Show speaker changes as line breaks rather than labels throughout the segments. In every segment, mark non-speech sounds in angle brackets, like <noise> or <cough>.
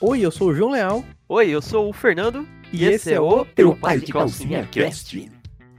Oi, eu sou o João Leal.
Oi, eu sou o Fernando.
E, esse, é o
Teu pai de calcinha cast.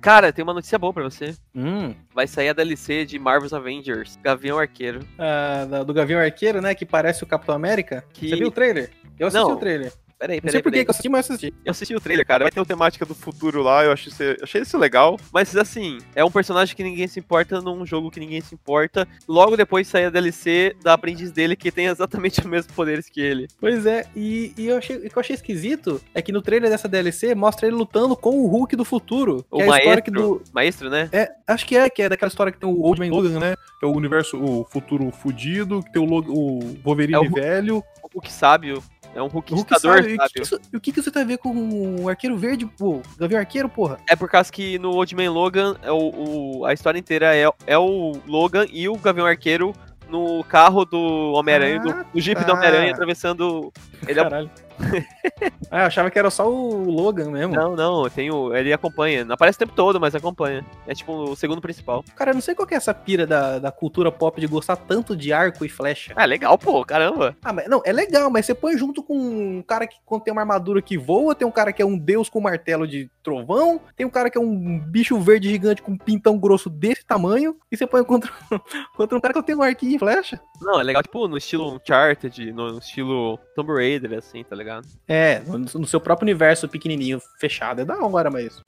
Cara, tem uma notícia boa pra você.
Hum,
Vai sair a DLC de Marvel's Avengers, Gavião Arqueiro.
ah, da- do Gavião Arqueiro, né? Que parece o Capitão América.
Que-
Você viu o trailer? Eu assisti
Não.
o trailer.
Peraí, peraí.
Não sei por que
peraí.
que eu assisti, mas eu assisti.
Eu assisti o trailer, cara.
Vai ter o temática do futuro lá, eu acho isso- eu achei isso legal.
Mas assim, é um personagem que ninguém se importa num jogo que ninguém se importa. Logo depois sai a DLC da aprendiz dele, que tem exatamente <laughs> os mesmos poderes que ele.
Pois é, e, e eu achei, o que eu achei esquisito é que no trailer dessa DLC mostra ele lutando com o Hulk do futuro.
O
que é a história que do.
Maestro, né?
É, acho que é, que é daquela história que tem o Old Man Logan.
Logan, né? Que é o universo, o futuro fudido, que tem o, Log- o Wolverine
É o Hulk-
velho.
O Hulk sábio. É um Hulk,
O Hulk
ditador,
sabe, e o
sábio.
Que isso- E o que, que você tá a ver com o Arqueiro Verde, pô? Gavião Arqueiro, porra?
É por causa que no Old Man Logan, é o, o- a história inteira é, é o Logan e o Gavião Arqueiro no carro do Homem-Aranha,
Ah,
do, do Jeep do
tá.
Homem-Aranha atravessando. Ele é o-
Caralho. <laughs> ah, eu achava que era só o Logan mesmo.
Não, não, tem o, ele acompanha. Não aparece o tempo todo, mas acompanha. É tipo o segundo principal.
Cara, eu não sei qual que é essa pira da, da cultura pop de gostar tanto de arco e flecha.
Ah, legal, pô, caramba.
Ah, mas não, é legal, mas você põe junto com um cara que quando tem uma armadura que voa, tem um cara que é um deus com martelo de trovão, tem um cara que é um bicho verde gigante com um pintão grosso desse tamanho, e você põe contra, <laughs> contra um cara que tem um arquinho e flecha.
Não, é legal, tipo, no estilo Uncharted, no estilo Tomb Raider, assim, tá ligado?
É, no, no seu próprio universo pequenininho, fechado, é da hora, mas...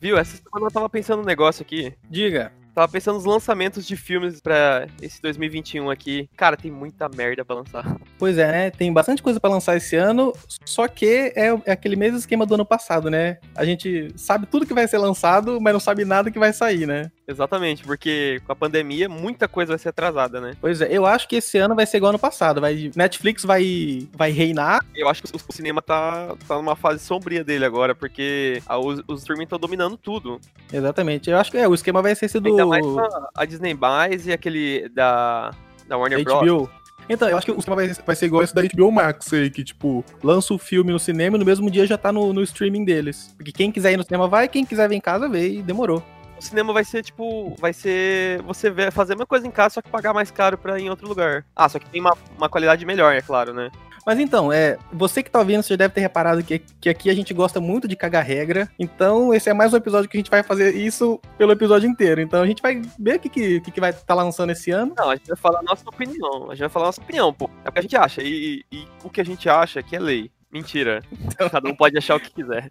Viu? Essa semana eu tava pensando um negócio aqui.
Diga.
Tava pensando nos lançamentos de filmes pra esse 2021 aqui. Cara, tem muita merda pra lançar.
Pois é, né? Tem bastante coisa pra lançar esse ano, só que é, é aquele mesmo esquema do ano passado, né? A gente sabe tudo que vai ser lançado, mas não sabe nada que vai sair, né?
Exatamente, porque com a pandemia muita coisa vai ser atrasada, né?
Pois é, eu acho que esse ano vai ser igual ano passado. Vai, Netflix vai, vai reinar.
Eu acho que o o cinema tá, tá numa fase sombria dele agora, porque a- os, os streaming estão dominando tudo.
Exatamente. Eu acho que é, o esquema vai ser esse do
Ainda mais com a, a Disney Mais e aquele da, da Warner Bros.
HBO. Então, eu acho que o esquema vai,
Vai ser igual esse da HBO Max aí, que tipo,
lança o filme no cinema e no mesmo dia já tá no, no streaming deles. Porque quem quiser ir no cinema vai, quem quiser vir em casa vê e demorou.
O cinema vai ser tipo, vai ser você ver, fazer a mesma coisa em casa, só que pagar mais caro pra ir em outro lugar. Ah, só que tem uma, uma qualidade melhor, é claro, né?
Mas então, é, você que tá ouvindo, você já deve ter reparado que, que aqui a gente gosta muito de cagar regra. Então, esse é mais um episódio que a gente vai fazer isso pelo episódio inteiro. Então, a gente vai ver o que, que, o que, que vai estar lançando esse ano.
Não, a gente vai falar a nossa opinião. A gente vai falar a nossa opinião, pô. É o que a gente acha. E, e o que a gente acha que é lei. Mentira. Cada um pode achar o que quiser.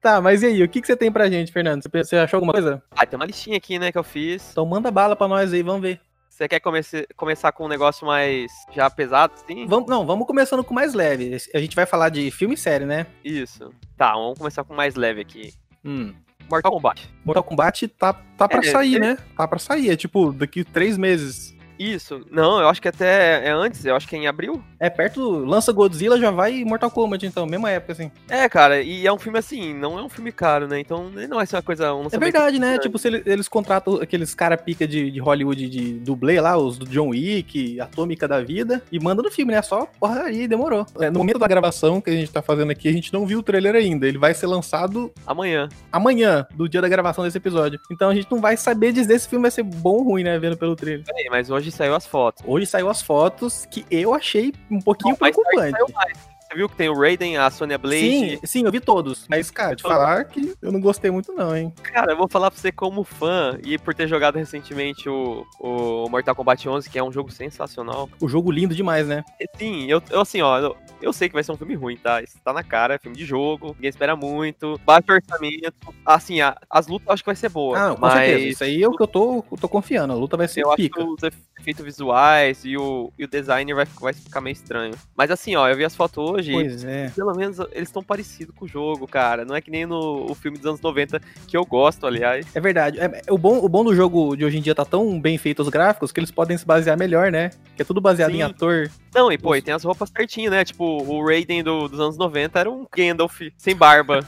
Tá, mas e aí, o que, que você tem pra gente, Fernando? Você, você achou alguma coisa?
Ah, tem uma listinha aqui, né, que eu fiz.
Então manda bala pra nós aí, vamos ver.
Você quer comece- começar com um negócio mais já pesado, assim?
Vamos, não, vamos começando com o mais leve. Esse- A gente vai falar de filme e série, né?
Isso. Tá, vamos começar com o mais leve aqui.
Hum.
Mortal Kombat.
Mortal Kombat tá, tá pra
É,
sair,
é.
né?
tá pra sair. É tipo, daqui três meses.
Isso. Não, eu acho que até é antes, eu acho que é em abril.
É perto, lança Godzilla, já vai Mortal Kombat, então, mesma época, assim.
É, cara, e é um filme assim, não é um filme caro, né? Então ele não vai ser uma coisa. Um
É
lançamento-
verdade, né?
grande.
Tipo, se ele- eles contratam aqueles cara pica de, de Hollywood de dublê lá, os do John Wick, Atômica da Vida, e manda no filme, né? Só porraria e demorou.
É, no momento da gravação que a gente tá fazendo aqui, a gente não viu o trailer ainda. Ele vai ser lançado
Amanhã.
Amanhã, do dia da gravação desse episódio. Então a gente não vai saber dizer se o filme vai ser bom ou ruim, né? Vendo pelo trailer.
Peraí, mas hoje saiu as fotos.
Hoje saiu as fotos que eu achei um pouquinho
Mas saiu-
preocupante.
saiu mais. Você viu que tem o Raiden, a Sonya Blade?
Sim, sim, eu vi todos.
Mas, cara, te falar que eu não gostei muito, não, hein?
Cara, eu vou falar pra você como fã e por ter jogado recentemente o, o Mortal Kombat 11, que é um jogo sensacional.
O jogo lindo demais, né?
Sim, eu, eu assim, ó, eu, eu sei que vai ser um filme ruim, tá? Isso tá na cara, é filme de jogo, ninguém espera muito, baixo orçamento. Assim, a- as lutas eu acho que vai ser boa.
Ah, com
mas
certeza. Isso aí é o que eu tô, eu tô confiando. A luta vai ser
Eu acho que
pica.
os efeitos visuais e o, e o design vai, vai ficar meio estranho. Mas assim, ó, eu vi as fotos hoje. e
Pois é.
Pelo menos eles estão parecidos com o jogo, cara. Não é que nem no o filme dos anos 90, que eu gosto, aliás.
É verdade. É, o, bom, o bom do jogo de hoje em dia tá tão bem feito os gráficos que eles podem se basear melhor, né? Que é tudo baseado
Sim.
em
<laughs>
ator.
Não, e pô, e tem as roupas certinho, né? Tipo, o Raiden do- dos anos 90 era um Gandalf sem barba.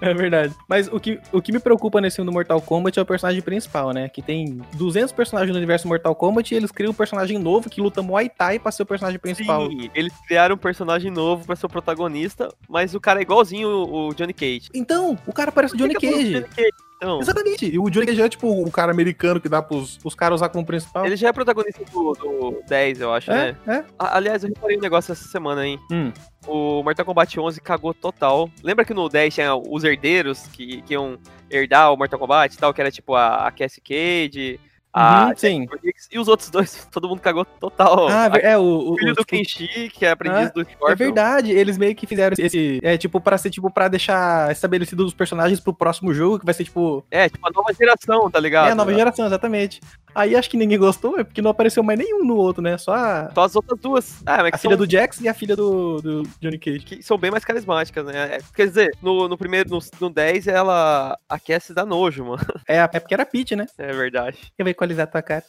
É verdade. Mas o que, o que me preocupa nesse filme do Mortal Kombat é o personagem principal, né? Que tem 200 personagens no universo Mortal Kombat e eles criam um personagem novo que luta Muay Thai pra ser o personagem principal.
Sim, eles criaram um personagem novo pra ser o protagonista, mas o cara é igualzinho o o Johnny Cage.
Então, o cara parece o Johnny
Por que que eu tô
Cage.
falando do Johnny Cage? Então,
Exatamente.
E o Johnny Cage é tipo o cara americano que dá pros, pros caras usar como principal.
ele já é protagonista do, do 10, eu acho,
É,
né?
é.
A- aliás, eu reparei um negócio essa semana, hein?
Hum.
O Mortal Kombat 11 cagou total. Lembra que no 10 tinha os herdeiros que, que iam herdar o Mortal Kombat e tal, que era tipo a, a Cassie Cage, a
Uhum, sim.
Rodrigues, e os outros dois, <laughs> todo mundo cagou total.
Ah,
A-
ver- é, o,
o
o-
filho
o-
do Kenshi, que é aprendiz
Ah,
do
É
Scorpion.
verdade, eles meio que fizeram esse. É tipo pra ser, tipo, pra deixar estabelecidos os personagens pro próximo jogo, que vai ser, tipo.
É, tipo, a nova geração, tá ligado?
é a nova geração, exatamente. Aí acho que ninguém gostou, é porque não apareceu mais nenhum no outro, né? Só a,
Só as outras duas. Ah, mas
a
que
filha
são,
do Jax e a filha do, do Johnny Cage.
que são bem mais carismáticas, né? É, Quer dizer, no, no primeiro, no, no 10, ela aquece da nojo, mano. <laughs>
É, é porque era Pete, né?
É verdade.
Eu vou equalizar a tua
<laughs>
cara.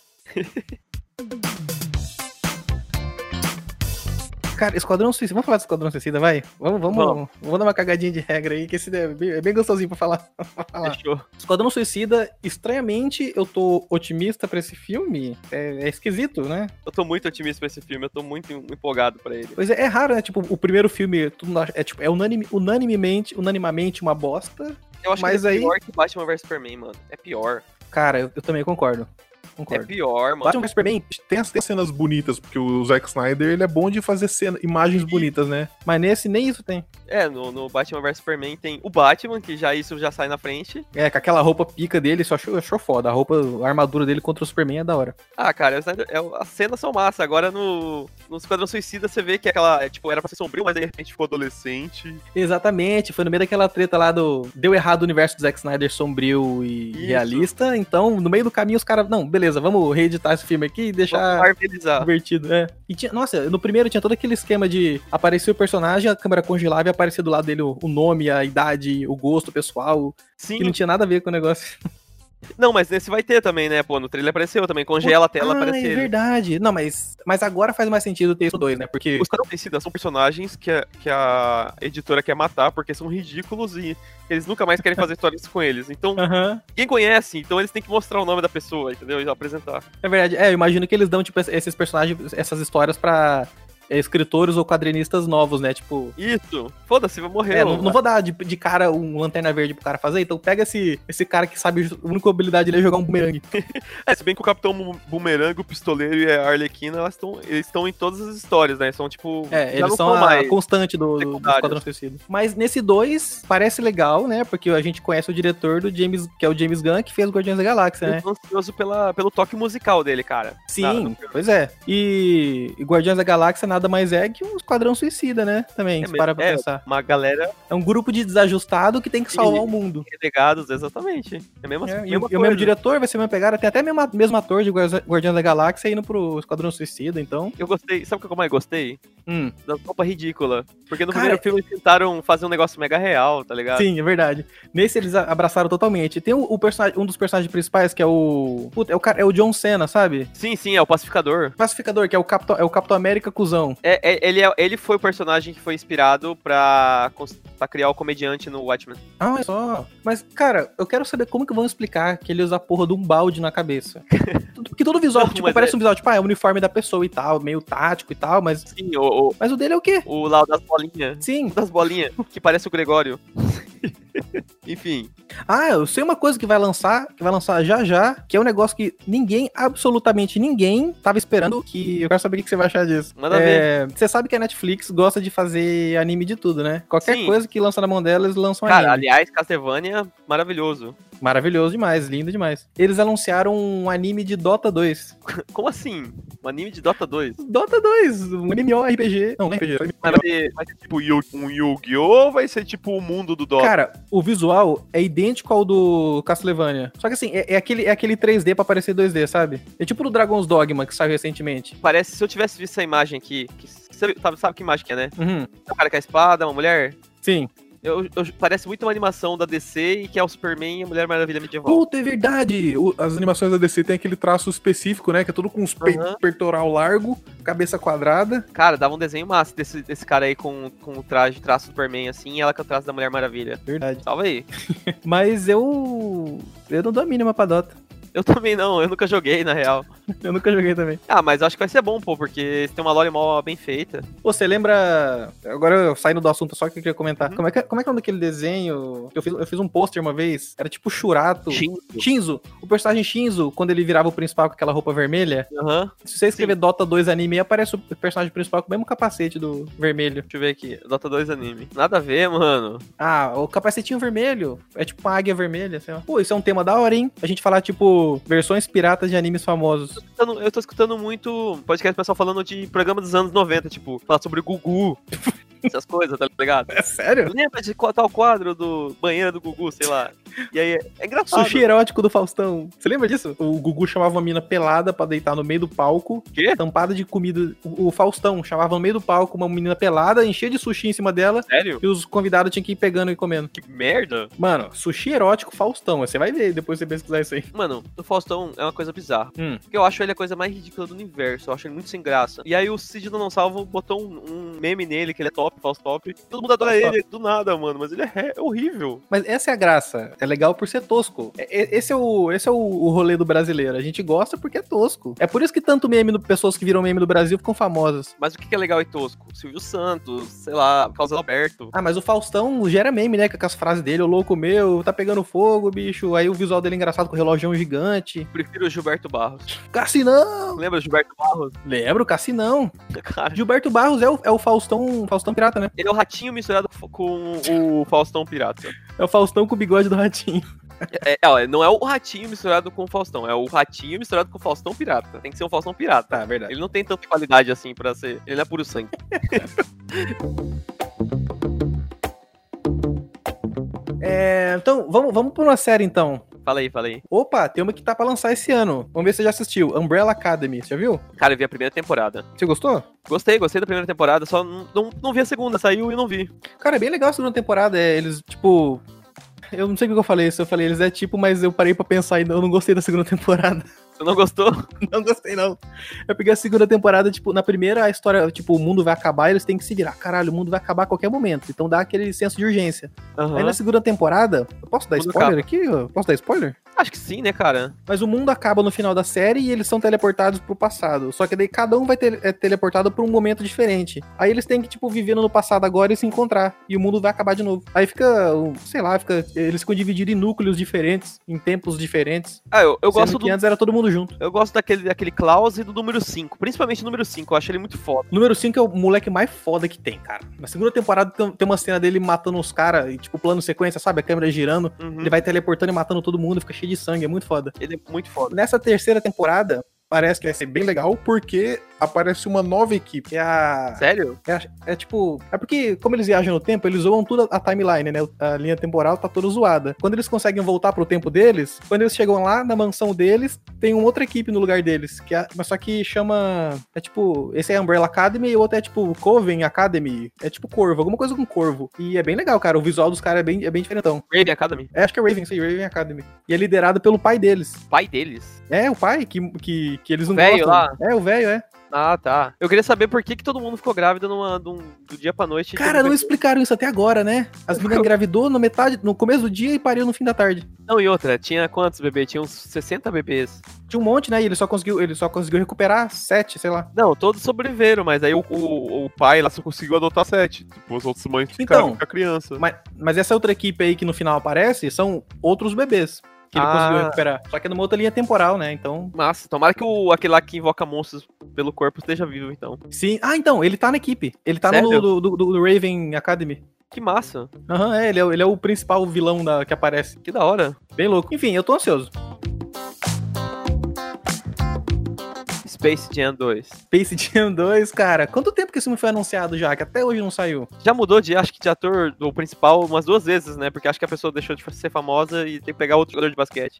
Cara, Esquadrão Suicida, vamos falar do Esquadrão Suicida, vai? Vamos, vamos,
Vamos.
vamos. dar uma cagadinha de regra aí, que esse é bem, é bem gostosinho pra falar. pra falar.
Fechou.
Esquadrão Suicida, estranhamente, eu tô otimista pra esse filme. É, é esquisito, né?
Eu tô muito otimista pra esse filme, eu tô muito em- empolgado pra ele.
Pois é, é raro, né? Tipo, o primeiro filme todo mundo acha- é, tipo, é unanime, unanimemente, unanimamente uma bosta.
Eu acho
Mas
que ele é
aí-
pior que Batman vs Superman, mano. É pior.
Cara, eu, eu também concordo.
É
Concordo.
pior, mano.
Batman vs Superman,
Tem as, tem as cenas bonitas, porque o Zack Snyder ele é bom de fazer cena, imagens bonitas, né?
mas nesse nem isso tem.
É, no, no Batman vs Superman tem o Batman, que já isso já sai na frente.
É, com aquela roupa pica dele, só achou, achou foda. A roupa, a armadura dele contra o Superman é da hora.
Ah, cara, as, é- as cenas são massa. Agora no, no Esquadrão Suicida você vê que aquela, é, tipo, era pra ser sombrio, mas de repente ficou
adolescente.
Exatamente, foi no meio daquela treta lá do. Deu errado o universo do Zack Snyder sombrio e
Isso.
realista. Então, no meio do caminho, os caras. Não, beleza, vamos reeditar esse filme aqui e deixar.
marvelizar.
Divertido, é. E tinha, nossa, no primeiro tinha todo aquele esquema de aparecer o personagem, a câmera congelava e aparecia do lado dele o o nome, a idade, o gosto pessoal, que
Sim,
não tinha nada a ver com o negócio.
não, mas nesse vai ter também, né? Pô, no trailer apareceu também, congela a tela,
ah,
aparece
é
ele.
verdade. Não, mas, mas agora faz mais sentido ter isso dois, né? Porque
Os caras suicidas são personagens que a, que a editora quer matar porque são ridículos e eles nunca mais querem fazer histórias com eles.
<laughs>
Então,
Aham.
ninguém conhece, então eles têm que mostrar o nome da pessoa, entendeu? E apresentar.
É verdade. É, eu imagino que eles dão, tipo, esses personagens, essas histórias pra é, escritores ou quadrinistas novos, né? Tipo.
Isso, foda-se, vai morrer.
É, não, não vou dar de, de cara um lanterna verde pro cara fazer, então pega esse, esse cara que sabe, a única habilidade dele é jogar um bumerangue.
É, se bem que o Capitão Mu- Bumerangue, o Pistoleiro e a Arlequina, elas tão, eles estão em todas as histórias, né? São tipo.
É,
já
eles
não
são a constante do, do, do
secundários.
Esquadrão Suicida. Mas nesse 2, parece legal, né? Porque a gente conhece o diretor do James, que é o James Gunn, que fez Guardiões da Galáxia,
Eu
né?
tô ansioso pela, pelo toque musical dele, cara.
Sim, pois é. E, e Guardiões da Galáxia nada mais é que um Esquadrão Suicida, né? Também,
É
se para pra
mesmo, é.
pensar.
Uma galera
É um grupo de desajustado que tem que salvar o mundo.
renegados, exatamente. É a mesma,
assim,
É, e,
mesma
o- e o mesmo
né?
coisa.
diretor vai ser a mesma pegada, tem até mesmo, a- mesmo ator de Guarza- Guardiões da Galáxia indo pro Esquadrão Suicida, então.
Eu gostei, sabe o que eu mais gostei?
Hum,
Da roupa ridícula. Porque no
Cara,
primeiro filme eles tentaram fazer um negócio mega real, tá ligado?
sim, é verdade. Nesse eles a- abraçaram totalmente. Tem o, o personagem, um dos personagens principais que é o. Puta, é o, cara, é o John Cena, sabe?
Sim, sim, é o pacificador.
Pacificador, que é o Capitão, é o Capitão América Cusão.
É, é- ele, é- ele foi o personagem que foi inspirado pra, cons- pra criar o comediante no Watchmen.
Ah, olha só. Mas, cara, eu quero saber como que vão explicar que ele usa a porra de um balde na cabeça. Porque todo visual,
Não,
tipo,
mas
parece um visual, tipo, ah, é o uniforme da pessoa e tal, meio tático e tal, mas.
Sim, o, o,
Mas o dele é o quê?
o lá das bolinhas.
Sim.
Das bolinhas, que parece o Gregório. <laughs> Enfim,
Ah, eu sei uma coisa que vai lançar, que vai lançar já já, que é um negócio que ninguém, absolutamente ninguém, tava esperando, que eu quero saber o que você vai achar disso.
Manda
é, Você sabe que a Netflix gosta de fazer anime de tudo, né? Qualquer
Sim.
coisa que lança na mão dela, eles lançam
cara,
anime.
aliás, Castlevania, maravilhoso.
Maravilhoso demais, lindo demais. Eles anunciaram um anime de Dota 2.
Como assim? Um anime de Dota 2?
Dota 2, um MMORPG. Não, não é RPG,
Vai ter- vai ter-
tipo Yu- um Yu-Gi-Oh! vai ser tipo o mundo do Dota.
Cara, o visual é idêntico ao do Castlevania. Só que assim, é, é aquele, é aquele 3D pra parecer 2D, sabe? É tipo do Dragon's Dogma que saiu recentemente.
Parece se eu tivesse visto essa imagem aqui. Que, sabe, sabe- sabe que imagem que é, né?
Uhum.
Um cara com a espada, uma mulher.
Sim.
Eu, eu- parece muito uma animação da DC e que é o Superman e a Mulher Maravilha medieval.
Puta, é verdade! O- as animações da DC tem aquele traço específico, né? Que é todo com os peitos,
Aham.
peitoral largo, cabeça quadrada.
Cara, dava um desenho massa desse, desse cara aí com, com o traje, traço do Superman assim, e ela com o traço da Mulher Maravilha.
Verdade.
Salva aí.
Mas eu. Eu não dou a mínima pra Dota. <laughs>
Eu também não, eu nunca joguei, na real.
Eu nunca joguei também.
Ah, mas acho que vai ser bom, pô, porque tem uma lore mó bem feita.
Pô, Você lembra. Agora saindo do assunto, só que eu queria comentar.
Hum.
Como, é que, como é que é o nome daquele desenho? Eu fiz, eu fiz um pôster uma vez. Era tipo Churato.
Shinzo.
Shinzo. O personagem Shinzo, quando ele virava o principal com aquela roupa vermelha.
Aham.
Se você escrever Dota 2 anime, aparece o personagem principal com o mesmo capacete do vermelho.
Deixa eu ver aqui. Dota 2 anime. Nada a ver, mano.
Ah, o capacetinho vermelho. É tipo uma águia vermelha, sei lá. Pô, isso é um tema da hora, hein? A gente falar, tipo, versões piratas de animes famosos.
Eu tô escutando- Eu tô escutando muito podcast pessoal falando de programa dos anos 90, tipo, falar sobre <laughs> Gugu. Essas coisas, tá ligado?
<laughs> É sério?
Lembra de qual- tal quadro do banheiro do Gugu, sei lá. E aí, é- é engraçado.
Sushi erótico do Faustão. Você lembra disso? O Gugu chamava uma mina pelada pra deitar no meio do palco.
Quê?
Tampada de comida. O o Faustão chamava no meio do palco uma menina pelada, enchia de sushi em cima dela.
Sério?
E os convidados tinham que ir pegando e comendo.
Que merda.
Mano, sushi erótico Faustão. Você vai ver depois que você pesquisar isso aí.
Mano, o Faustão é uma coisa bizarra.
Hum.
Porque eu acho ele a coisa mais ridícula do universo. Eu acho ele muito sem graça. E aí o Cid do Não Salvo botou um, um meme nele, que ele é top, falso top. Todo mundo adora
Faustop.
ele, do nada, mano. Mas ele é, re- é horrível.
Mas essa é a graça. É legal por ser tosco. É- é- Esse é, o, esse é o, o rolê do brasileiro. A gente gosta porque é tosco. É por isso que tanto meme do, pessoas que viram meme do Brasil ficam famosas.
Mas o que que é legal e tosco? Silvio Santos, sei lá, Carlos Alberto.
Ah, mas o Faustão gera meme, né? Com as frases dele, o louco meu, tá pegando fogo, bicho. Aí o visual dele é engraçado com o relógio gigante.
Prefiro o Gilberto Barros.
Cassinão!
Lembra o Gilberto Barros?
Lembro, Cassinão.
<laughs> Cara,
Gilberto Barros é o, é o Faustão, Faustão pirata, né?
ele é o ratinho misturado fo- com o Faustão Pirata.
É o Faustão com o bigode do ratinho.
É, é, ó, não é o ratinho misturado com o Faustão, é o ratinho misturado com o Faustão Pirata. Tem que ser um Faustão Pirata.
Tá, verdade.
Ele não tem tanta qualidade assim pra ser. Ele não é puro sangue.
É, então, vamos, vamos pra uma série, então.
Fala aí, fala aí.
Opa, tem uma que tá pra lançar esse ano. Vamos ver se você já assistiu. Umbrella Academy, você já viu?
Cara, eu vi a primeira temporada.
Você gostou?
Gostei, gostei da primeira temporada, só não, não, não vi a segunda, saiu e não vi.
Cara, é bem legal a segunda temporada. É, eles, tipo... Eu não sei o que eu falei, se eu falei eles é tipo, mas eu parei pra pensar e eu não gostei da segunda <laughs> temporada.
Você não gostou?
Não gostei, não. É porque a segunda temporada, tipo, na primeira a história, tipo, o mundo vai acabar e eles têm que se virar. Caralho, o mundo vai acabar a qualquer momento. Então dá aquele senso de urgência.
Aham.
Aí na segunda temporada, eu posso dar
Mundo
spoiler aqui? Eu Posso dar spoiler?
Acho que sim, né, cara?
Mas o mundo acaba no final da série e eles são teleportados pro passado. Só que daí cada um vai ter é teleportado pra um momento diferente. Aí eles têm que, tipo, vivendo no passado agora e se encontrar. E o mundo vai acabar de novo. Aí fica, um, sei lá, fica. Eles ficam divididos em núcleos diferentes, em tempos diferentes.
Ah, eu, eu
Eu
gosto
gosto que
do.
antes era todo mundo junto.
Eu gosto daquele, daquele Klaus e do número 5. Principalmente o número 5, eu acho ele muito foda.
Número 5 é o moleque mais foda que tem, cara. Na segunda temporada tem tem uma cena dele matando os caras, e tipo, plano sequência, sabe? A câmera girando,
Uhum.
ele vai teleportando e matando todo mundo, fica cheio de sangue, é muito foda.
Ele é muito foda.
Nessa terceira temporada,
Parece que vai ser bem legal porque aparece uma nova equipe.
que é a.
Sério?
É, a- é tipo. É porque, como eles viajam no tempo, eles zoam toda a timeline, né? A linha temporal tá toda zoada. Quando eles conseguem voltar pro tempo deles, quando eles chegam lá, na mansão deles, tem uma outra equipe no lugar deles. Que é, mas só que chama. É tipo. Esse é Umbrella Academy e o outro é tipo Coven Academy. É tipo corvo, alguma coisa com corvo. E é bem legal, cara. O visual dos caras é bem, é bem diferentão.
Raven Academy.
É, acho que é Raven, isso aí, Raven Academy. E é liderado pelo pai deles.
Pai deles.
É, o pai que, que, que eles não
Velho
gostam.
lá.
É, o velho, é.
Ah, tá. Eu queria saber por que, que todo mundo ficou grávido numa, num- do dia pra noite. tipo,
Cara, não
não...
explicaram isso até agora, né? As <laughs> meninas engravidou na metade, no começo do dia e pariu no fim da tarde.
não, e outra, tinha quantos bebês? Tinha uns 60 bebês.
Tinha um monte, né? E ele só conseguiu, ele só conseguiu recuperar sete, sei lá.
Não, todos sobreviveram, mas aí o,
O, o pai lá só conseguiu adotar sete. Tipo, as outras mães ficaram
Então.
com a criança.
Mas, mas essa outra equipe aí que no final aparece são outros bebês que ele
Ah.
conseguiu recuperar. Só que é numa outra linha temporal, né? Então.
Massa, tomara que o, aquele lá que invoca monstros pelo corpo esteja vivo, então.
Sim. Ah, então, ele tá na equipe. Ele tá no
Sério?
do, do- do Raven Academy.
Que massa,
Aham, é, ele é, o- ele é o principal vilão da, que aparece.
que da hora.
Bem louco. Enfim, eu tô ansioso.
Space Jam 2.
Space <laughs> Jam 2, cara. Quanto tempo que esse filme foi anunciado já? Que até hoje não saiu.
Já mudou de, acho que de ator do principal umas duas vezes, né? Porque acho que a pessoa deixou de ser famosa e tem que pegar outro jogador de basquete.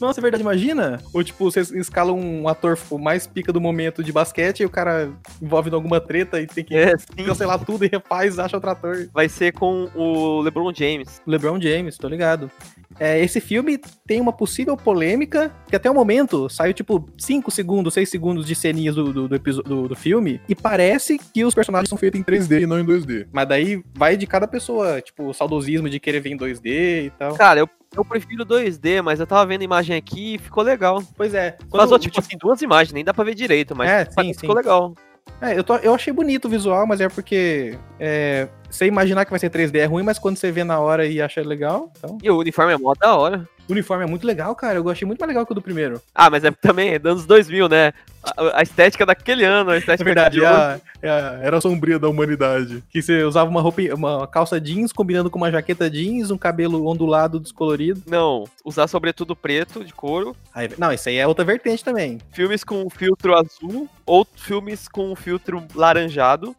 Nossa, é verdade, imagina? Ou tipo, vocês escalam um ator o mais pica do momento de basquete e o cara envolve em alguma treta e tem que
É, sim.
cancelar tudo e refaz, acha outro ator.
Vai ser com o LeBron James.
LeBron James, tô ligado. É, esse filme tem uma possível polêmica, que até o momento saiu tipo 5 segundos, 6 segundos de ceninhas do, do, do episo- do- do filme, e parece que os personagens são feitos em 3D.
3D e não em 2D.
Mas daí vai de cada pessoa, tipo, o saudosismo de querer ver em 2D e tal.
Cara, eu, Eu prefiro 2D, mas eu tava vendo a imagem aqui e ficou legal.
Pois é.
Vazou, tipo assim, duas imagens, nem dá pra ver direito, mas
É,
parece
sim,
que
sim.
ficou legal.
É, eu, tô- eu achei bonito o visual, mas é porque é, você imaginar que vai ser 3D é ruim, mas quando você vê na hora e acha legal, então.
E o uniforme é mó da hora.
O uniforme é muito legal, cara. Eu achei muito mais legal que o do primeiro.
Ah, mas é também é anos 2000, né? A, a estética daquele ano, a estética de hoje.
É a- é a- era a sombria da humanidade. Que você usava uma roupa, uma calça jeans combinando com uma jaqueta jeans, um cabelo ondulado descolorido.
Não, usar sobretudo preto de couro,
Aí- não, isso aí é outra vertente também.
filmes com um filtro azul ou filmes com um filtro <laughs> laranjado.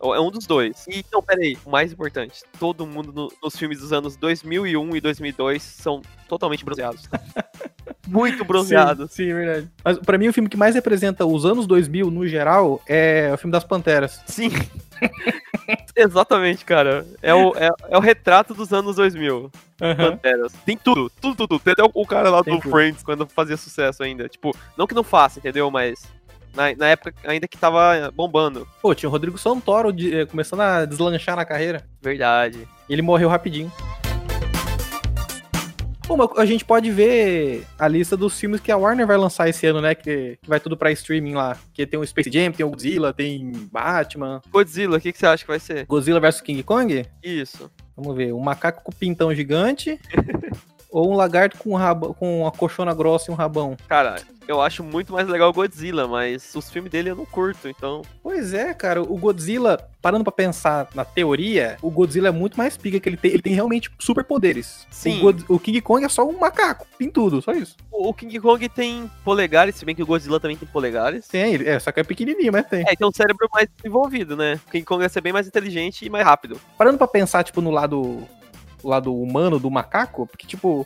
Ou É um dos dois. E, não, peraí, o mais importante: todo mundo no- nos filmes dos anos 2001 e 2002 são totalmente <laughs> bronzeados. Muito bronzeados.
Sim, sim, verdade. Mas pra mim o filme que mais representa os anos 2000 no geral é o filme das Panteras.
Sim. <laughs> Exatamente, cara. É o, é, é o retrato dos anos 2000. Panteras. Tem tudo, tudo, tudo. Tem até o, o cara lá
Tem
do
tudo.
Friends quando fazia sucesso ainda. Tipo, não que não faça, entendeu? Mas na, na época ainda que tava bombando.
Pô, tinha o Rodrigo Santoro de- eh, começando a deslanchar na carreira.
Verdade.
Ele morreu rapidinho. Bom, mas a gente pode ver a lista dos filmes que a Warner vai lançar esse ano, né? Que, que vai tudo pra streaming lá. Que tem o Space Jam, tem o Godzilla, tem Batman,
Godzilla, o que, que você acha que vai ser?
Godzilla vs King Kong.
Isso.
Vamos ver, um macaco com pintão gigante ou um lagarto com, um rabo, com uma coxona grossa e um rabão.
Cara, eu acho muito mais legal o Godzilla, mas os filmes dele eu não curto, então.
Pois é, cara, o Godzilla, parando pra pensar na teoria, o Godzilla é muito mais pica que ele tem, ele tem realmente superpoderes.
Sim.
O, God- o King Kong é só um macaco, tem tudo, só isso.
O o King Kong tem polegares, se bem que o Godzilla também tem polegares.
Tem, ele- é, só que é pequenininho, mas tem.
É, tem um cérebro mais desenvolvido, né? O King Kong ia ser bem mais inteligente e mais rápido.
Parando pra pensar, tipo, no lado, o lado humano do macaco, porque, tipo,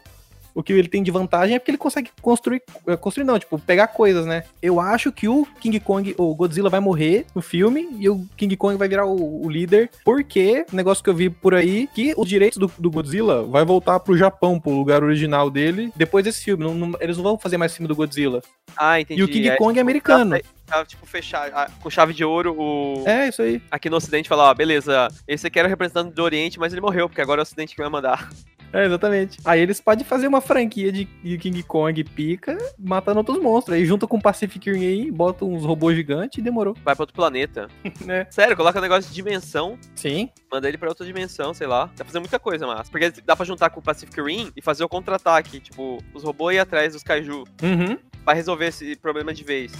o que ele tem de vantagem é porque ele consegue construir, é, construir não, tipo, pegar coisas, né? Eu acho que o King Kong, ou o Godzilla vai morrer no filme e o King Kong vai virar o, o líder, porque, negócio que eu vi por aí, que os direitos do, do Godzilla vai voltar pro Japão, pro lugar original dele, depois desse filme. Não- não- eles não vão fazer mais filme do Godzilla.
Ah, entendi.
E o King
É,
Kong é americano.
Pra, tipo, fechar ah, com chave de ouro o,
É, isso aí.
aqui no Ocidente falar, ó, beleza, esse aqui era o representante do Oriente, mas ele morreu, porque agora é o Ocidente que vai mandar.
É, exatamente. Aí eles podem fazer uma franquia de de King Kong pica, matando outros monstros. Aí junta com o Pacific Rim aí, bota uns robôs gigantes e demorou.
Vai pra outro planeta.
Né?
Sério, coloca um negócio de dimensão,
Sim.
manda ele pra outra dimensão, sei lá. Dá pra fazer muita coisa, mas. Porque dá pra juntar com o Pacific Rim e fazer o contra-ataque. Tipo, os robôs ir atrás dos kaiju.
Uhum.
Vai resolver esse problema de vez.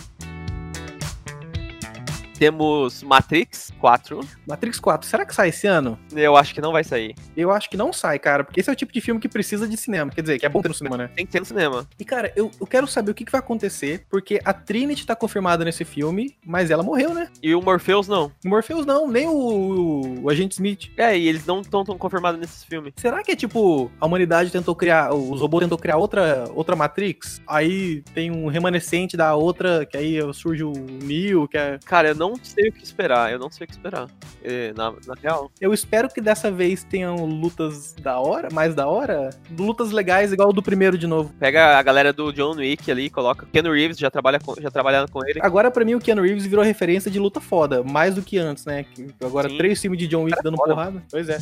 Temos Matrix 4.
Matrix 4, será que sai esse ano?
Eu acho que não vai sair.
Eu acho que não sai, cara, porque esse é o tipo de filme que precisa de cinema. Quer dizer, que é bom ter no cinema, né?
Tem que ter no cinema.
E, cara, eu, eu quero saber o que, que vai acontecer, porque a Trinity tá confirmada nesse filme, mas ela morreu, né?
E o Morpheus não.
O Morpheus não, nem o, o Agente Smith.
É, e eles não estão tão confirmados nesses filmes.
Será que é tipo, a humanidade tentou criar, os robôs tentou criar outra, outra Matrix? Aí tem um remanescente da outra, que aí surge o Neo, que é...
Cara, eu não sei o que esperar. Eu não sei o que esperar. É, na, na real.
Eu espero que dessa vez tenham lutas da hora, mais da hora, lutas legais igual o do primeiro de novo.
Pega a galera do John Wick ali, coloca. Keanu Reeves já trabalha com, já trabalhando com ele.
Agora, pra mim, o Keanu Reeves virou referência de luta foda, mais do que antes, né? Que Agora,
Sim.
três filmes de John Wick dando
foda.
porrada. Pois é.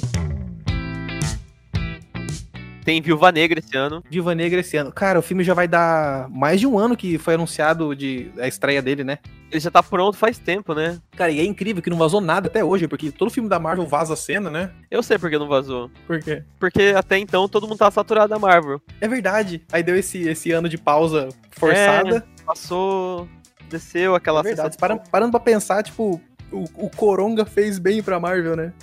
Tem Viúva Negra esse ano.
Viva Negra esse ano. Cara, o filme já vai dar mais de um ano que foi anunciado de, a estreia dele, né?
Ele já tá pronto faz tempo, né?
Cara, e é incrível que não vazou nada até hoje, porque todo filme da Marvel vaza a cena, né?
Eu sei porque não vazou.
Por quê?
Porque até então todo mundo tava saturado da Marvel.
É verdade. Aí deu esse, esse ano de pausa forçada.
Passou, desceu aquela
É, verdade.
sensação.
Param- parando pra pensar, tipo, o, o Coronga fez bem pra Marvel, né?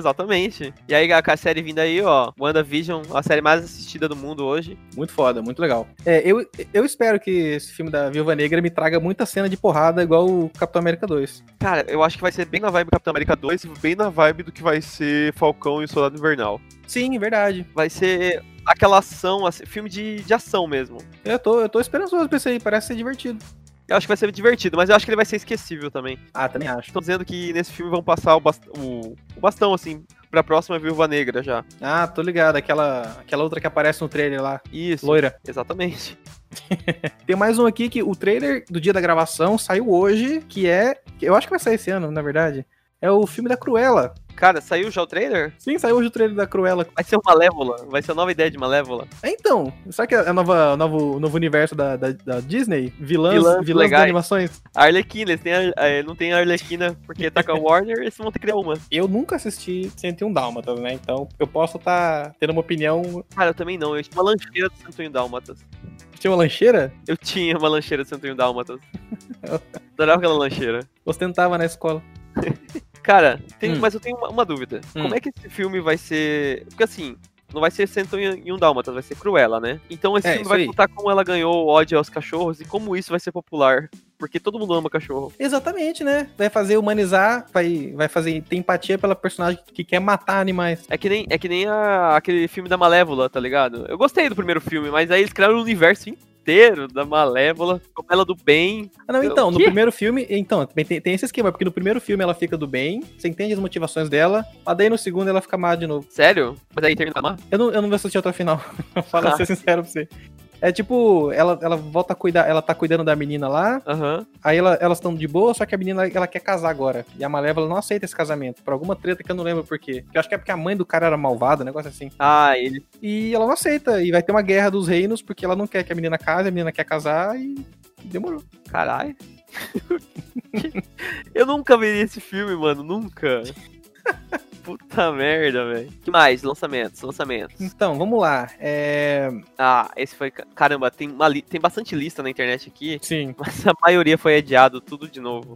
Exatamente. E aí a, a série vindo aí, ó. WandaVision, a série mais assistida do mundo hoje.
Muito foda, muito legal. É, eu, eu espero que esse filme da Viúva Negra me traga muita cena de porrada igual o Capitão América 2.
Cara, eu acho que vai ser bem na vibe Capitão América 2.
Dois bem na vibe do que vai ser Falcão e o Soldado Invernal.
Sim, verdade.
Vai ser aquela ação, assim, filme de, de ação mesmo.
Eu tô, eu tô esperançoso pra isso aí, parece ser divertido.
Eu acho que vai ser divertido, mas eu acho que ele vai ser esquecível também.
Ah, também acho.
Tô dizendo que nesse filme vão passar o, bast- o- o bastão, assim, pra próxima Viúva Negra já.
Ah, tô ligado, aquela, aquela outra que aparece no trailer lá,
Isso,
loira.
exatamente.
Tem mais um aqui que o trailer do dia da gravação saiu hoje, que é. Eu acho que vai sair esse ano, na verdade. É o filme da Cruella.
Cara, saiu já o trailer?
Sim, saiu hoje o trailer da Cruella.
Vai ser uma Malévola. Vai ser a nova ideia de Malévola.
É, então, será que é a nova, novo, novo universo da, da, da Disney? Vilãs,
Vilãs
vilãs,
legais.
das animações?
A Arlequina, eles têm a- a- não tem a Arlequina porque tá com a Warner, eles vão ter que criar uma.
Eu nunca assisti 101 Dálmatas, né? Então eu posso estar tendo uma opinião.
Cara, eu também não. Eu tinha uma lancheira do 101 Dálmatas.
Tinha uma lancheira?
Eu tinha uma lancheira do
<laughs>
101 Dálmatas. Adorava aquela lancheira.
Ostentava na escola.
Cara, tem-
Hum.
mas eu tenho uma, uma dúvida.
Hum.
Como é que esse filme vai ser. Porque assim. Não vai ser 101 Dálmatas, vai ser Cruella, né? Então esse
É,
filme
isso
vai
aí.
contar como ela ganhou o ódio aos cachorros e como isso vai ser popular. Porque todo mundo ama cachorro.
Exatamente, né? Vai fazer humanizar, vai, vai fazer ter empatia pela personagem que quer matar animais.
É que nem, é que nem a- aquele filme da Malévola, tá ligado? Eu gostei do primeiro filme, mas aí eles criaram o universo inteiro da Malévola, como ela do bem.
Ah, não,
Eu-
então, no
quê?
primeiro filme, então, também tem, tem esse esquema, porque no primeiro filme ela fica do bem, você entende as motivações dela, mas daí no segundo ela fica má de novo.
Sério? Mas aí termina má?
Eu não, eu não vou assistir até o final. <laughs> Fala ser sincero pra você. É tipo, ela, ela volta a cuidar, ela tá cuidando da menina lá,
Aham.
aí ela- elas estão de boa, só que a menina ela quer casar agora. E a Malévola não aceita esse casamento, por alguma treta que eu não lembro por quê. Eu acho que é porque a mãe do cara era malvada, um negócio assim.
Ah, ele.
E ela não aceita, e vai ter uma guerra dos reinos, porque ela não quer que a menina case, a menina quer casar e demorou.
<laughs> Caralho. Eu nunca veria esse filme, mano, nunca. Puta merda, velho. que mais? Lançamentos, <laughs> lançamentos.
Então, vamos lá. É...
Ah, esse foi. ca- Caramba, tem, uma li- tem bastante lista na internet aqui,
Sim.
mas a maioria foi adiado, tudo de novo.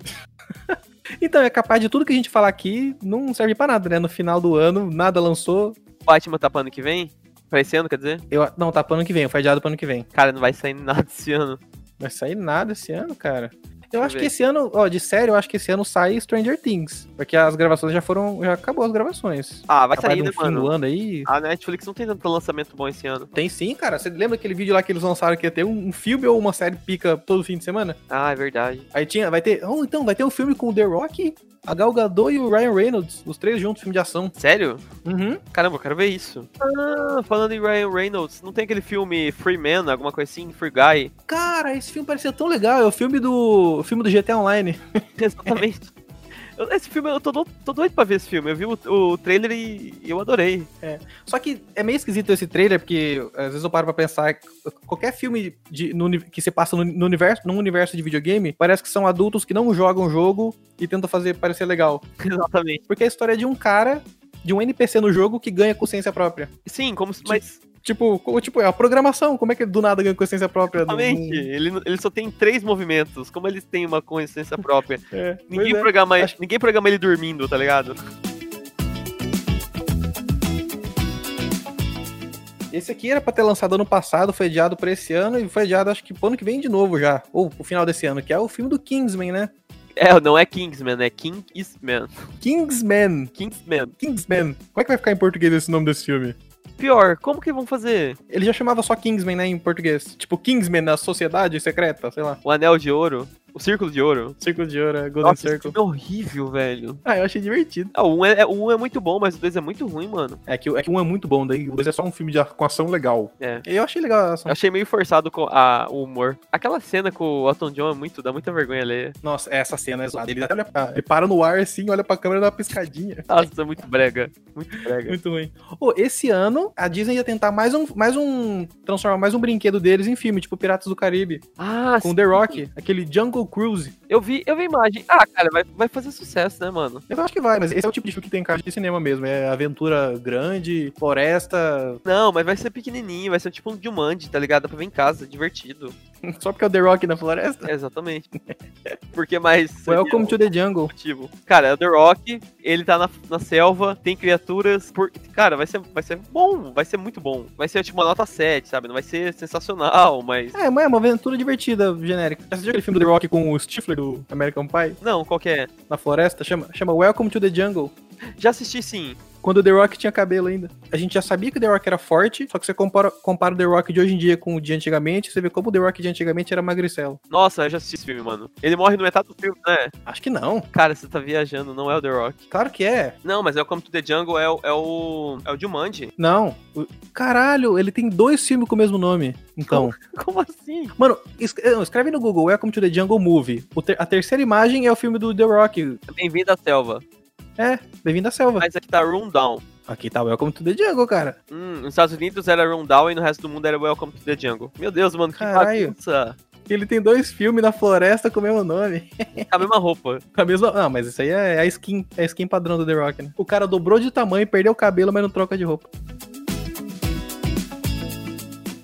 Então, é capaz de tudo que a gente falar aqui não serve pra nada, né? No final do ano, nada lançou.
Batman tá pra ano que vem? Pra esse ano, quer dizer?
Eu... Não, tá pro ano que vem, foi adiado pro ano que vem.
Cara, não vai sair nada esse ano.
Vai sair nada esse ano, cara. Eu
eu
acho
ver.
que esse ano, ó, de sério, eu acho que esse ano sai Stranger Things. Porque as gravações já foram. Já acabou as gravações.
Ah, vai
Capaz
sair,
de
né,
um fim do
mano?
ano aí.
A Netflix não tem tanto lançamento bom esse ano.
Tem sim, cara. Você lembra aquele vídeo lá que eles lançaram que ia ter um, um filme ou uma série pica todo fim de semana?
Ah, é verdade.
Aí tinha, vai ter. Oh, então, vai ter um filme com o The Rock, a Gal Gadot e o Ryan Reynolds, os três juntos, filme de ação.
Sério?
Uhum.
Caramba, eu quero ver isso. Ah, falando em Ryan Reynolds, não tem aquele filme Free Man, alguma coisa assim? Free Guy? <laughs>
Cara, esse filme parecia tão legal. É o filme do. O filme do GTA Online.
Exatamente. Eu- Esse filme, eu tô, do- tô doido pra ver esse filme. Eu vi o, o trailer e eu adorei. <laughs>
Só que é meio esquisito esse trailer, porque às vezes eu paro pra pensar que qualquer filme de- no uni- que se passa no, no universo, num universo de videogame, parece que são adultos que não jogam o jogo e tentam fazer parecer legal.
Exatamente.
Porque a história é de um cara, de um NPC no jogo que ganha consciência própria.
Sim, como se. Mas,
Tipo, co- tipo é a programação, como é que do nada ganha consciência própria? Não-
exatamente. Ele, ele só tem três movimentos. Como eles têm uma consciência própria.
não- é, <laughs> pois
Ninguém,
é.
programa,
Acho-
ninguém programa ele dormindo, tá
<laughs>
ligado?
Esse aqui era pra ter lançado ano passado, foi adiado pra esse ano e foi adiado acho que pro ano que vem de novo já, ou pro final desse ano, que é o filme do Kingsman, né?
É, não é Kingsman, é Kingsman.
Kingsman,
Kingsman.
Kingsman. Como é que vai ficar em português esse nome desse filme?
Pior, como que vão fazer?
Ele já chamava só Kingsman, né, em português. Tipo, Kingsman na Sociedade Secreta, sei lá.
O Anel de Ouro? O Círculo de Ouro?
Círculo de Ouro, é, Golden
Nossa, esse
Circle.
filme é horrível, velho.
Ah, eu achei divertido.
Ah, o um é, é- o um é muito bom, mas o dois é muito ruim, mano.
É que, é que um é muito bom, daí o dois é só um filme de a- com ação legal.
É.
Eu achei legal a ação.
Eu achei meio forçado co- a- o humor. Aquela cena com o Elton John é muito, dá muita vergonha alheia.
Nossa, essa cena é zoada. Ele até olha pra... Ele para no ar assim, olha pra câmera e dá uma piscadinha.
Nossa, é muito brega. Muito brega.
Muito ruim. Ô, esse ano, a Disney ia tentar mais um, mais um... Transformar mais um brinquedo deles em filme, tipo Piratas do Caribe.
Ah,
Com
sim,
The Rock, aquele Jungle Cruise.
eu vi, eu vi a imagem. Ah, cara, vai, vai fazer sucesso, né, mano?
Eu acho que vai, mas esse é o tipo de filme que tem cara de cinema mesmo. É aventura grande, floresta... <laughs>
Não, mas vai ser pequenininho, vai ser tipo um Jumanji, tá ligado? Dá pra ver em casa, divertido.
Só porque é o The Rock na floresta. <laughs>
É, exatamente. Porque é mais... um
Welcome to the Jungle.
motivo. Cara, é o The Rock, ele tá na, na selva, tem criaturas. Por... Cara, vai ser, vai ser bom, vai ser muito bom. Vai ser tipo uma nota 7, sabe? Não vai ser sensacional, <laughs> mas.
É, mas é uma aventura divertida, genérica. Já assistiu aquele filme do The Rock com o Stifler do American Pie?
Não, qualquer.
Na floresta? Chama, chama Welcome to the Jungle.
Já assisti sim.
Quando o The Rock tinha cabelo ainda. A gente já sabia que o The Rock era forte, só que você compara, compara o The Rock de hoje em dia com o de antigamente, você vê como o The Rock de antigamente era magricelo.
Nossa, eu já assisti esse filme, mano. Ele morre no metade do filme, né?
Acho que não.
Cara, você tá viajando, não é o The Rock.
Claro que é.
Não, mas é o Come to the Jungle, é o. É o, é o Jumanji. <laughs>
Não. O- Caralho, ele tem dois filmes com o mesmo nome. Então.
Como assim?
Mano, es- eh, não, escreve no Google Welcome to the Jungle Movie. O ter- a terceira imagem é o filme do The Rock,
Bem-vindo à selva.
É, Bem-vindo à Selva.
Mas aqui tá Rundown.
Aqui tá Welcome to the Jungle, cara.
Hum, nos Estados Unidos era Rundown e no resto do mundo era Welcome to the Jungle. Meu Deus, mano, que
Caralho.
bagunça.
Ele tem dois filmes na floresta com o mesmo nome.
A mesma roupa.
Com a mesma. Ah, mas isso aí é a skin, é a skin padrão do The Rock, né? O cara dobrou de tamanho, perdeu o cabelo, mas não troca de roupa.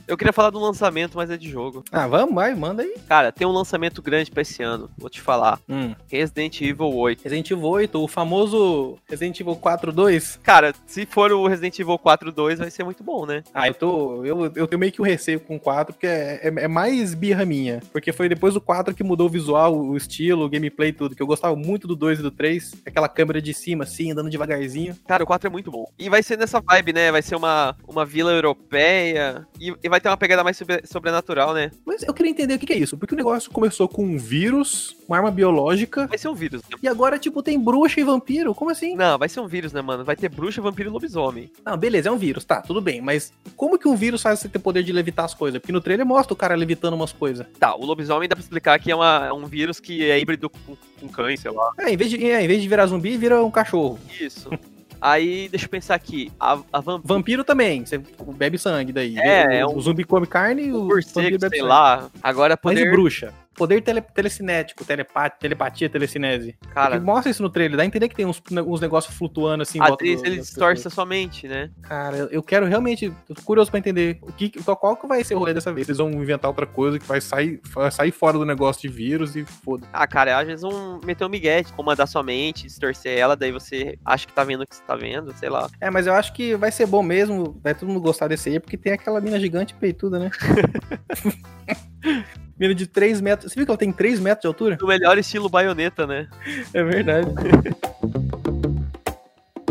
Eu queria falar do lançamento, mas é de jogo.
Ah, vamos, vai, manda aí.
Cara, tem um lançamento grande pra esse ano. Vou te falar.
Hum.
Resident Evil 8.
Resident Evil 8, o famoso Resident Evil 4 2.
Cara, se for o Resident Evil 4 2, vai ser muito bom, né?
Ah, eu tô. Eu, eu tenho meio que um receio com o 4, porque é, é, é mais birra minha. Porque foi depois do 4 que mudou o visual, o estilo, o gameplay, e tudo. Que eu gostava muito do 2 e do 3. Aquela câmera de cima, assim, andando devagarzinho.
Cara, o 4 é muito bom. E vai ser nessa vibe, né? Vai ser uma, uma vila europeia. E, e vai ter uma pegada mais sobre- sobrenatural, né?
Mas eu queria entender o que, que é isso. Porque o negócio começou com um vírus, uma arma biológica.
Vai ser um vírus. né?
E agora, tipo, tem bruxa e vampiro? Como assim?
Não, vai ser um vírus, né, mano? Vai ter bruxa, vampiro e lobisomem.
Não, beleza, é um vírus, tá, tudo bem. Mas como que um vírus faz você ter poder de levitar as coisas? Porque no trailer mostra o cara levitando umas coisas.
Tá, o lobisomem dá pra explicar que é, uma- é um vírus que é híbrido com, com cães, sei lá.
É, em vez, de, é, em vez de virar zumbi, vira um cachorro.
Isso. Aí, deixa eu pensar aqui. A, a vampiro.
Vampiro também, você bebe sangue daí.
É,
o,
é
o zumbi come carne e o vampiro
Morcego,
bebe
sei
sangue.
lá. Agora
Mas e
poder.
bruxa? Poder tele, telecinético, telepatia, telepatia, telecinese.
Cara,
Porque mostra isso no trailer, dá a entender que tem uns, né, uns negócios flutuando assim. em
a
volta
atriz
do-
ele
das
distorce a sua mente, né?
pessoas. Cara, eu- eu quero realmente, eu tô curioso pra entender o que, qual, qual que vai ser o rolê dessa vez.
Eles vão inventar outra coisa que vai sair, vai sair fora do negócio de vírus e foda.
Ah, cara, às vezes um meter um migué, de comandar sua mente, distorcer ela, daí você acha que tá vendo o que você tá vendo, sei lá.
É, mas eu acho que vai ser bom mesmo, vai todo mundo gostar desse aí, porque tem aquela mina gigante peituda, <laughs> né? mina de 3 metros. Você viu que ela tem 3 metros de altura?
No melhor estilo baioneta, né? <laughs>
É verdade. <laughs>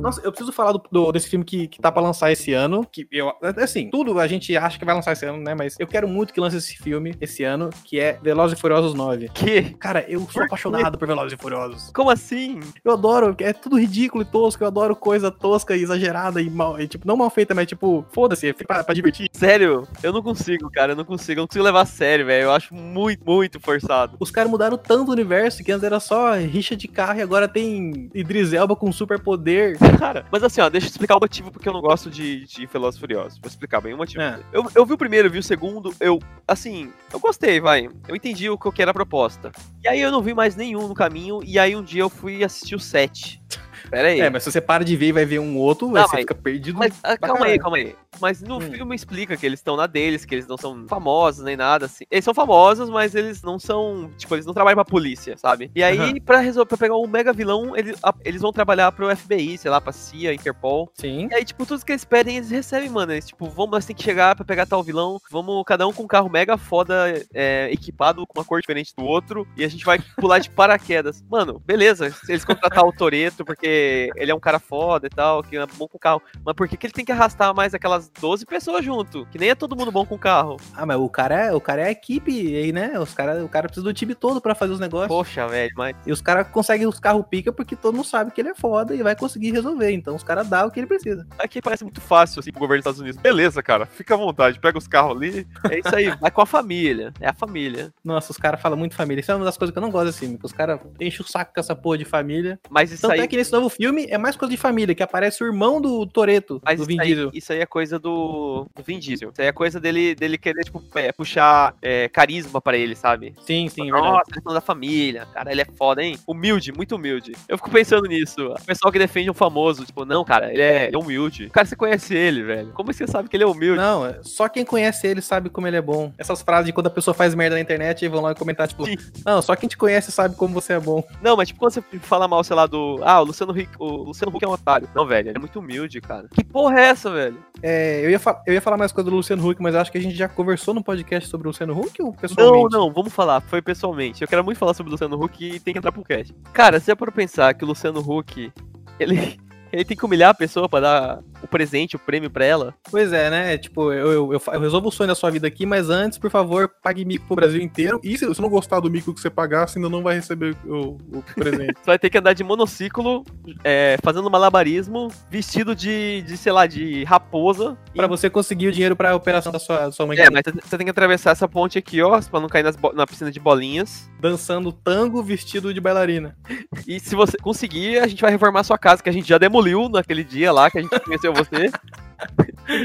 Nossa, eu preciso falar do, do- desse filme que, que tá pra lançar esse ano. Que eu, assim, tudo a gente acha que vai lançar esse ano, né? Mas eu quero muito que lance esse filme esse ano, que é Velozes e Furiosos 9.
Que?
Cara, eu sou apaixonado por Velozes e Furiosos.
Como assim?
Eu adoro, é tudo ridículo e tosco. Eu adoro coisa tosca e exagerada e mal, e, tipo, não mal feita, mas tipo, foda-se, é pra, pra divertir.
Sério, eu não consigo, cara, eu não consigo, eu não consigo levar a sério, velho. Eu acho muito, muito forçado. <laughs>
Os caras mudaram tanto o universo que antes era só rixa de carro e agora tem Idris Elba com superpoder.
Cara, mas assim, ó, deixa eu explicar o motivo porque eu não gosto de, de Velozes e Furiosos. Vou explicar bem o motivo.
É.
Eu, eu vi o primeiro, eu vi o segundo, eu, assim, eu gostei, vai. Eu entendi o que eu que era a proposta. E aí eu não vi mais nenhum no caminho, e aí um dia eu fui assistir
<laughs>
o 7. Pera aí.
É, mas se você para de ver e vai ver um outro, aí
Não,
você
mas-
fica perdido.
Mas ah,
pra
calma aí,
caralho.
calma aí. Mas no
Hum.
filme explica que eles estão na deles, que eles não são famosos nem nada assim. Eles são famosos, mas eles não são, tipo, eles não trabalham pra polícia, sabe? E aí,
Aham.
pra, resolver, pra pegar um mega vilão, eles, a- eles vão trabalhar pro FBI, sei lá, pra CIA, Interpol.
Sim.
E aí, tipo, tudo que eles pedem, eles recebem, mano. Eles, tipo, vamos, nós tem que chegar pra pegar tal vilão. Vamos, cada um com um carro mega foda, é, equipado, com uma cor diferente do outro. E a gente vai pular de <laughs> paraquedas. Mano, beleza. Se eles contratar o Toreto, porque ele é um cara foda e tal, que é bom com carro. Mas por que, que ele tem que arrastar mais aquelas 12 pessoas junto? Que nem é todo mundo bom com carro.
Ah, mas o cara é, o cara é a equipe aí, né? Os cara, o cara precisa do time todo pra fazer os negócios.
Poxa, velho, mas.
E os caras conseguem os carros pica porque todo mundo sabe que ele é foda e vai conseguir resolver. Então os caras dão o que ele precisa.
Aqui parece muito
Fácil, assim, pro governo dos Estados Unidos. Beleza, cara, fica à vontade, pega os carros ali.
É isso aí, vai com a família. É a família.
Nossa, os caras falam muito família. Isso é uma das coisas que eu não gosto desse filme. que Os caras enchem o saco com essa porra de família.
Mas isso
Tanto
aí.
é que nesse novo filme é mais coisa de família, que aparece o irmão do Toreto,
Mas
do
isso,
Vin
aí,
Diesel.
isso aí é coisa do, do Vin Diesel. Isso aí é coisa dele, dele querer, tipo, é, puxar é, carisma pra ele, sabe?
Sim, sim, é verdade.
Nossa, ele é da família. Cara, ele é foda, hein? Humilde, muito humilde. Eu fico pensando nisso. O pessoal que defende um famoso, tipo, não, cara, ele é, ele é humilde. Cara, você conhece ele, velho. Como você sabe que ele é humilde?
Não, é- só quem conhece ele sabe como ele é bom. Essas frases de quando a pessoa faz merda na internet e vão lá comentar, tipo,
Sim.
não, só quem te conhece sabe como você é bom.
Não, mas tipo, quando você fala mal, sei lá, do. Ah, o Luciano Huck, o Luciano Huck é um otário. Não, velho, ele é muito humilde, cara. Que porra é essa, velho?
É, eu, ia fa- eu ia falar mais coisa do Luciano Huck, mas acho que a gente já conversou no podcast sobre o Luciano Huck ou pessoalmente?
Não, não, vamos falar. Foi pessoalmente. Eu quero muito falar sobre o Luciano Huck e tem que entrar pro <laughs> cast. Cara, se é para pensar que o Luciano Huck, ele, ele tem que humilhar a pessoa pra dar o presente, o prêmio pra ela.
Pois é, né? Tipo, eu, eu, eu, fa- eu resolvo o sonho da sua vida aqui, mas antes, por favor, pague mico pro Brasil inteiro.
E se você não gostar do mico que você pagar, você ainda não vai receber o, o presente.
Você vai ter que andar de monociclo, é, fazendo malabarismo, vestido de, de, sei lá, de raposa. E-
<laughs> Pra você conseguir o dinheiro pra operação da sua, da sua mãe né?
É, mas você tem que atravessar essa ponte aqui, ó, pra não cair nas bo- na piscina de bolinhas.
dançando tango vestido de bailarina. <laughs>
E se você conseguir, a gente vai reformar a sua casa, que a gente já demoliu naquele dia lá que a gente conheceu
<laughs>
você.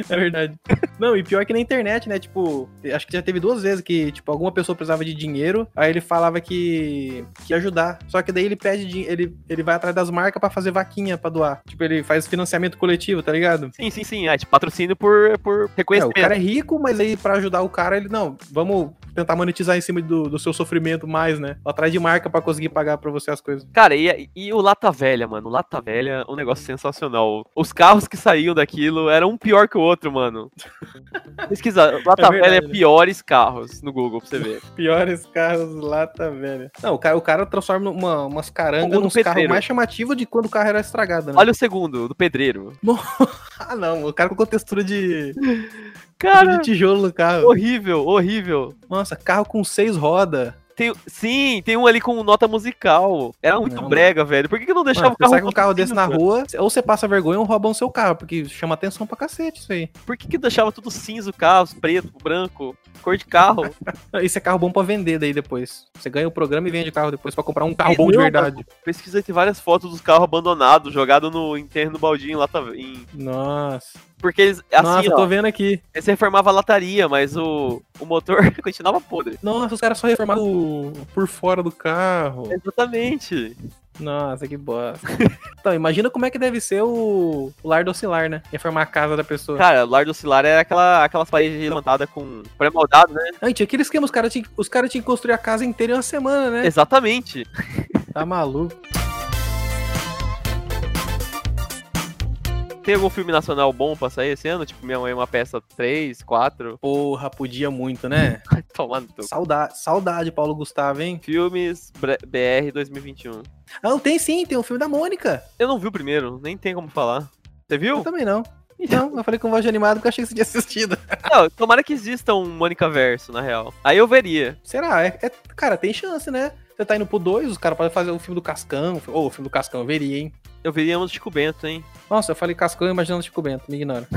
É verdade. Não, e pior que na internet, né? Tipo, acho que já teve duas vezes que, tipo, alguma pessoa precisava de dinheiro, aí ele falava que, que ia ajudar. Só que daí ele pede, din- ele, ele vai atrás das marcas pra fazer vaquinha pra doar. Tipo, ele faz financiamento coletivo, tá ligado?
Sim, sim, sim. É, tipo, patrocínio por, por
É, o
reconhecimento.
cara é rico, mas aí pra ajudar o cara, ele não, vamos tentar monetizar em cima do, do seu sofrimento mais, né? Atrás de marca pra conseguir pagar pra você as coisas.
Cara, e, e o Lata Velha, mano? O Lata Velha é um negócio sensacional. Os carros que saíam daquilo eram um pior que o outro,
<laughs>
mano. Pesquisa, Lata
É verdade,
Velha é
né?
piores carros no Google, pra
<laughs>
você ver.
Piores carros lata velha. Não, o cara, o cara transforma uma, umas carangas
Ou no
nos carros
pedreiro.
mais chamativos de quando o carro era estragado, né?
Olha o segundo, do pedreiro.
Ah, não, o cara colocou textura de, textura
Cara,
de tijolo no carro.
horrível, horrível.
Nossa, carro com seis rodas.
Tem, sim, tem um ali com nota musical. Era muito
Não,
brega, velho. Por que, que não deixava
Mano,
o
você
carro
sai com um carro desse
cinza?
na rua, ou você passa vergonha ou roubam seu carro, porque chama atenção pra cacete isso aí.
Por que, que deixava tudo cinza o carro, preto, branco, cor de
<laughs>
carro?
Esse é carro bom pra vender daí depois. Você ganha o programa e vende o carro depois pra comprar um
Carro bom de
Não,
verdade.
Pesquisa tem várias fotos dos carros abandonados, jogado no interno do baldinho lá tá- em-
Nossa.
Porque eles. Assim,
Nossa,
ó,
tô vendo aqui.
eles reformavam a lataria, mas o, o motor <laughs> continuava podre.
Nossa, os caras só reformaram o...
Por fora do carro.
Exatamente.
Nossa, que bosta. <laughs> então, imagina como é que deve ser o, o lar do oscilar, né? Reformar a casa da pessoa.
Cara, o lar do Cilar era aquela, aquelas paredes levantadas com pré-moldado, né?
Aí tinha aquele esquema, os caras tinham os cara tinha que construir a casa inteira em uma semana, né?
Exatamente.
Tá maluco.
Tem algum filme nacional bom pra sair esse ano? Tipo, Minha Mãe é uma peça 3, <laughs> 4.
Porra, podia muito, né?
Vai tomar no teu. c****.
Saudade, saudade, Paulo Gustavo, hein?
Filmes Bre- BR 2021.
Ah, não, tem sim, tem o filme da Mônica.
Eu não vi o primeiro, nem tem como falar. Você
Eu
viu?
também não. Não, eu falei com voz de animado porque eu achei que você tinha assistido.
Não, tomara que exista um Mônica Verso, na real. Aí eu veria.
Será? É, é- cara, tem chance, né? Você tá indo pro dois, os caras podem fazer o filme do Cascão. Ou o filme do Cascão, eu veria, hein?
Eu veria um do Chico Bento, hein?
Nossa, eu falei Cascão imaginando Chico Bento, me ignora.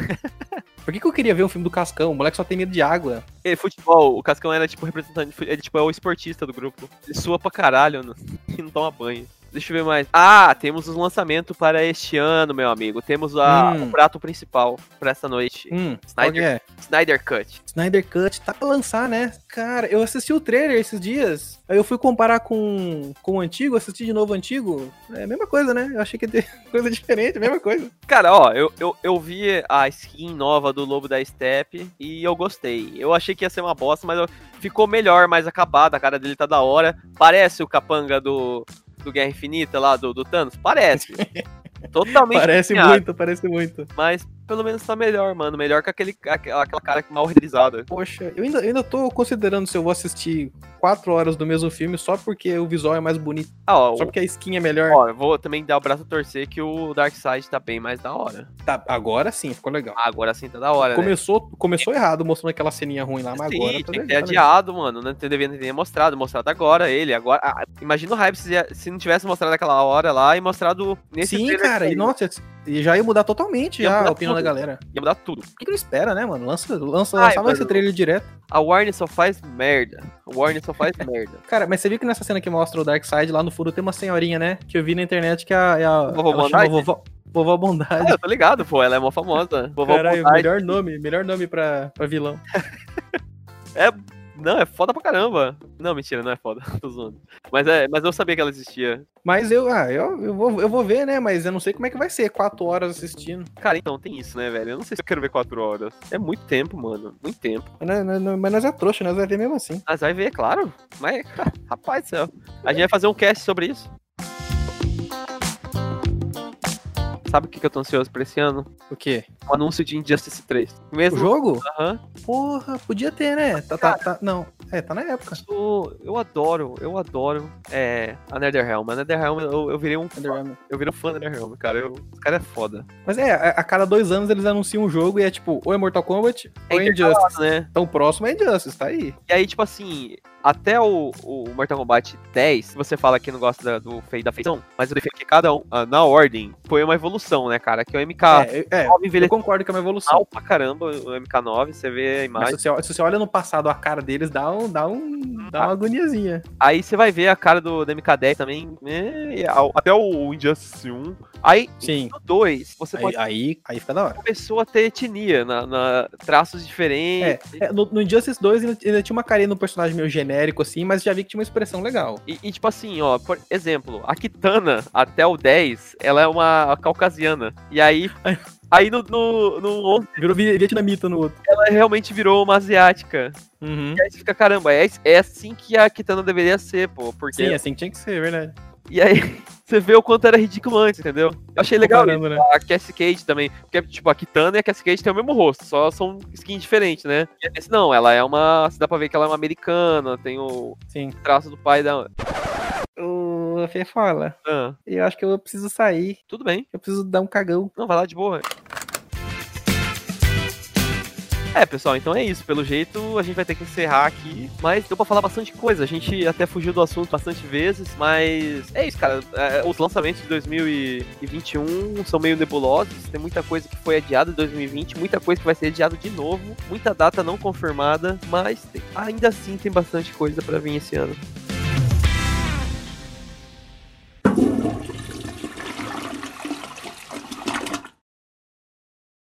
Por que, que eu queria ver um filme do Cascão? O moleque só tem medo de água.
E É, futebol, o Cascão era tipo representante, de fu- ele tipo é o esportista do grupo. Ele sua pra caralho, né? <laughs> e não toma banho. Deixa eu ver mais. Ah, temos os lançamentos para este ano, meu amigo. Temos a-
Hum.
o prato principal pra essa noite.
Hum,
qual que
é?
Snyder Cut.
Snyder Cut, tá pra lançar, né? Cara, eu assisti o trailer esses dias, aí eu fui comparar com, com o antigo, assisti de novo o antigo, é a mesma coisa, né? Eu achei que ia ter <laughs> coisa diferente, a mesma coisa.
Cara, ó, eu, eu, eu vi a skin nova do Lobo da Steppe e eu gostei. Eu achei que ia ser uma bosta, mas eu- ficou melhor, mais acabada, a cara dele tá da hora. Parece o capanga do, do Guerra Infinita lá, do, do Thanos? Parece.
<laughs>
Totalmente
Parece
desenhado.
muito, parece muito.
Mas pelo menos tá melhor, mano. Melhor que aquele, aquela, aquela cara que mal renderizada.
Poxa, eu ainda, eu ainda tô considerando se eu vou assistir quatro horas do mesmo filme só porque o visual é mais bonito,
Ah, ó,
só
o-
porque a skin é melhor.
ó, eu vou também dar o braço a torcer que o Darkseid tá bem mais da hora.
Tá, agora sim, ficou legal.
Ah, agora sim tá da hora, né?
Começou, começou errado mostrando aquela ceninha ruim lá, mas
sim,
agora tá
tinha que
legal,
ter
tá legal.
adiado, mano. Não te- devia ter mostrado. Mostrado agora ele. agora ah, Imagina o hype se, se não tivesse mostrado aquela hora lá e mostrado nesse
Sim,
trailer
cara,
que
e
saiu.
nossa, e já ia mudar totalmente
Ia
já
mudar
a opinião
tudo.
da galera.
Ia mudar tudo.
Por que que não espera, né, mano? Lança, lança,
Ai,
lançava
mano.
esse trailer direto.
A Warner só faz merda. A Warner só faz
<laughs>
merda.
Cara, mas você viu que nessa cena que mostra o Darkseid, lá no fundo tem uma senhorinha, né? Que eu vi na internet que é a. É a
Vovó
ela chama
Bondade?
Vovó, vovó
Ah,
Bondade.
eu tô ligado, pô. Ela é mó famosa. Vovó
Caralho,
Bondade.
é melhor nome, melhor nome pra, pra vilão.
Não, é foda pra caramba. Não, mentira, não é foda. <laughs> Tô zoando. Mas, é, mas eu sabia que ela existia.
Mas eu, ah, eu, eu, vou, eu vou ver, né? Mas eu não sei como é que vai ser, quatro horas assistindo.
Cara, então tem isso, né, velho? Eu não sei se eu quero ver 4 horas. É muito tempo, mano. Muito tempo.
Mas, nós- nós- mas nós é trouxa, nós vai ver mesmo assim.
Mas vai ver, é claro. Mas, <laughs> cara, rapaz do céu. A gente vai fazer um cast sobre isso. Sabe o que, que eu tô ansioso pra esse ano?
O quê?
O anúncio de Injustice 3.
O
Mesmo.
jogo?
Aham.
Porra, podia ter, né? Tá, tá, tá. Não. É, tá na época.
Sou- eu adoro, eu adoro é, a Netherrealm. A Netherrealm, eu, eu virei um fã,
Underarm.
eu virei um fã da Netherrealm, cara. Eu, os caras é foda.
Mas é, a, a cada dois anos eles anunciam um jogo e é tipo, ou é Mortal Kombat,
É
ou é Injustice.
intercalado, né?
Então o próximo é Injustice, tá aí.
E aí, tipo assim, até o, o Mortal Kombat 10, se você fala que não gosta da, do, fei- da feição, mas eu defendo que cada um, ah, na ordem, foi uma evolução, né, cara? Que o MK9
É, é, eu
envelheceu
concordo que é uma evolução.
mal pra caramba, o MK9, você vê
Mas
a imagem.
se você, se você olha no passado a cara deles, dá, um, dá, um, dá uma agoniazinha.
Aí você vai ver a cara do, do MK10 também, né, e a- até o Injustice 1. Aí,
Sim.
no 2, você
Aí,
pode
aí, aí fica da hora.
começou a ter etnia, na, na- traços diferentes.
É, no, no Injustice 2 ainda, ainda tinha uma carinha no personagem meio genérico, assim, mas já vi que tinha uma expressão legal.
E, e, tipo assim, ó, por exemplo, a Kitana, até o 10, ela é uma caucasiana. E
<laughs>
aí, aí no, no, no 11,
Virou vi- vietnamita no outro.
ela realmente virou uma asiática.
Uhum.
E aí você fica, caramba, é, é assim que a Kitana deveria ser, pô. Porque...
Sim, assim que tinha que ser, verdade.
E aí, <laughs> você vê o quanto era ridículo antes, entendeu? Eu achei legal isso.
Comparando, né?
A Cascade também, porque, tipo, a Kitana e a Cascade têm o mesmo rosto, só são skins diferentes, né? E esse não, ela é uma... Dá pra ver que ela é uma americana, tem o
Sim.
traço do pai da...
O Fê fala,
Ah,
eu acho que eu preciso sair,
tudo bem.
eu preciso dar um cagão.
Não, vai lá de boa. É, pessoal, então é isso. Pelo jeito, a gente vai ter que encerrar aqui. Mas deu pra falar bastante coisa. A gente até fugiu do assunto bastante vezes. Mas é isso, cara. É, os lançamentos de 2021 são meio nebulosos. Tem muita coisa que foi adiada em 2020. Muita coisa que vai ser adiada de novo. Muita data não confirmada. Mas tem- ainda assim tem bastante coisa pra vir esse ano.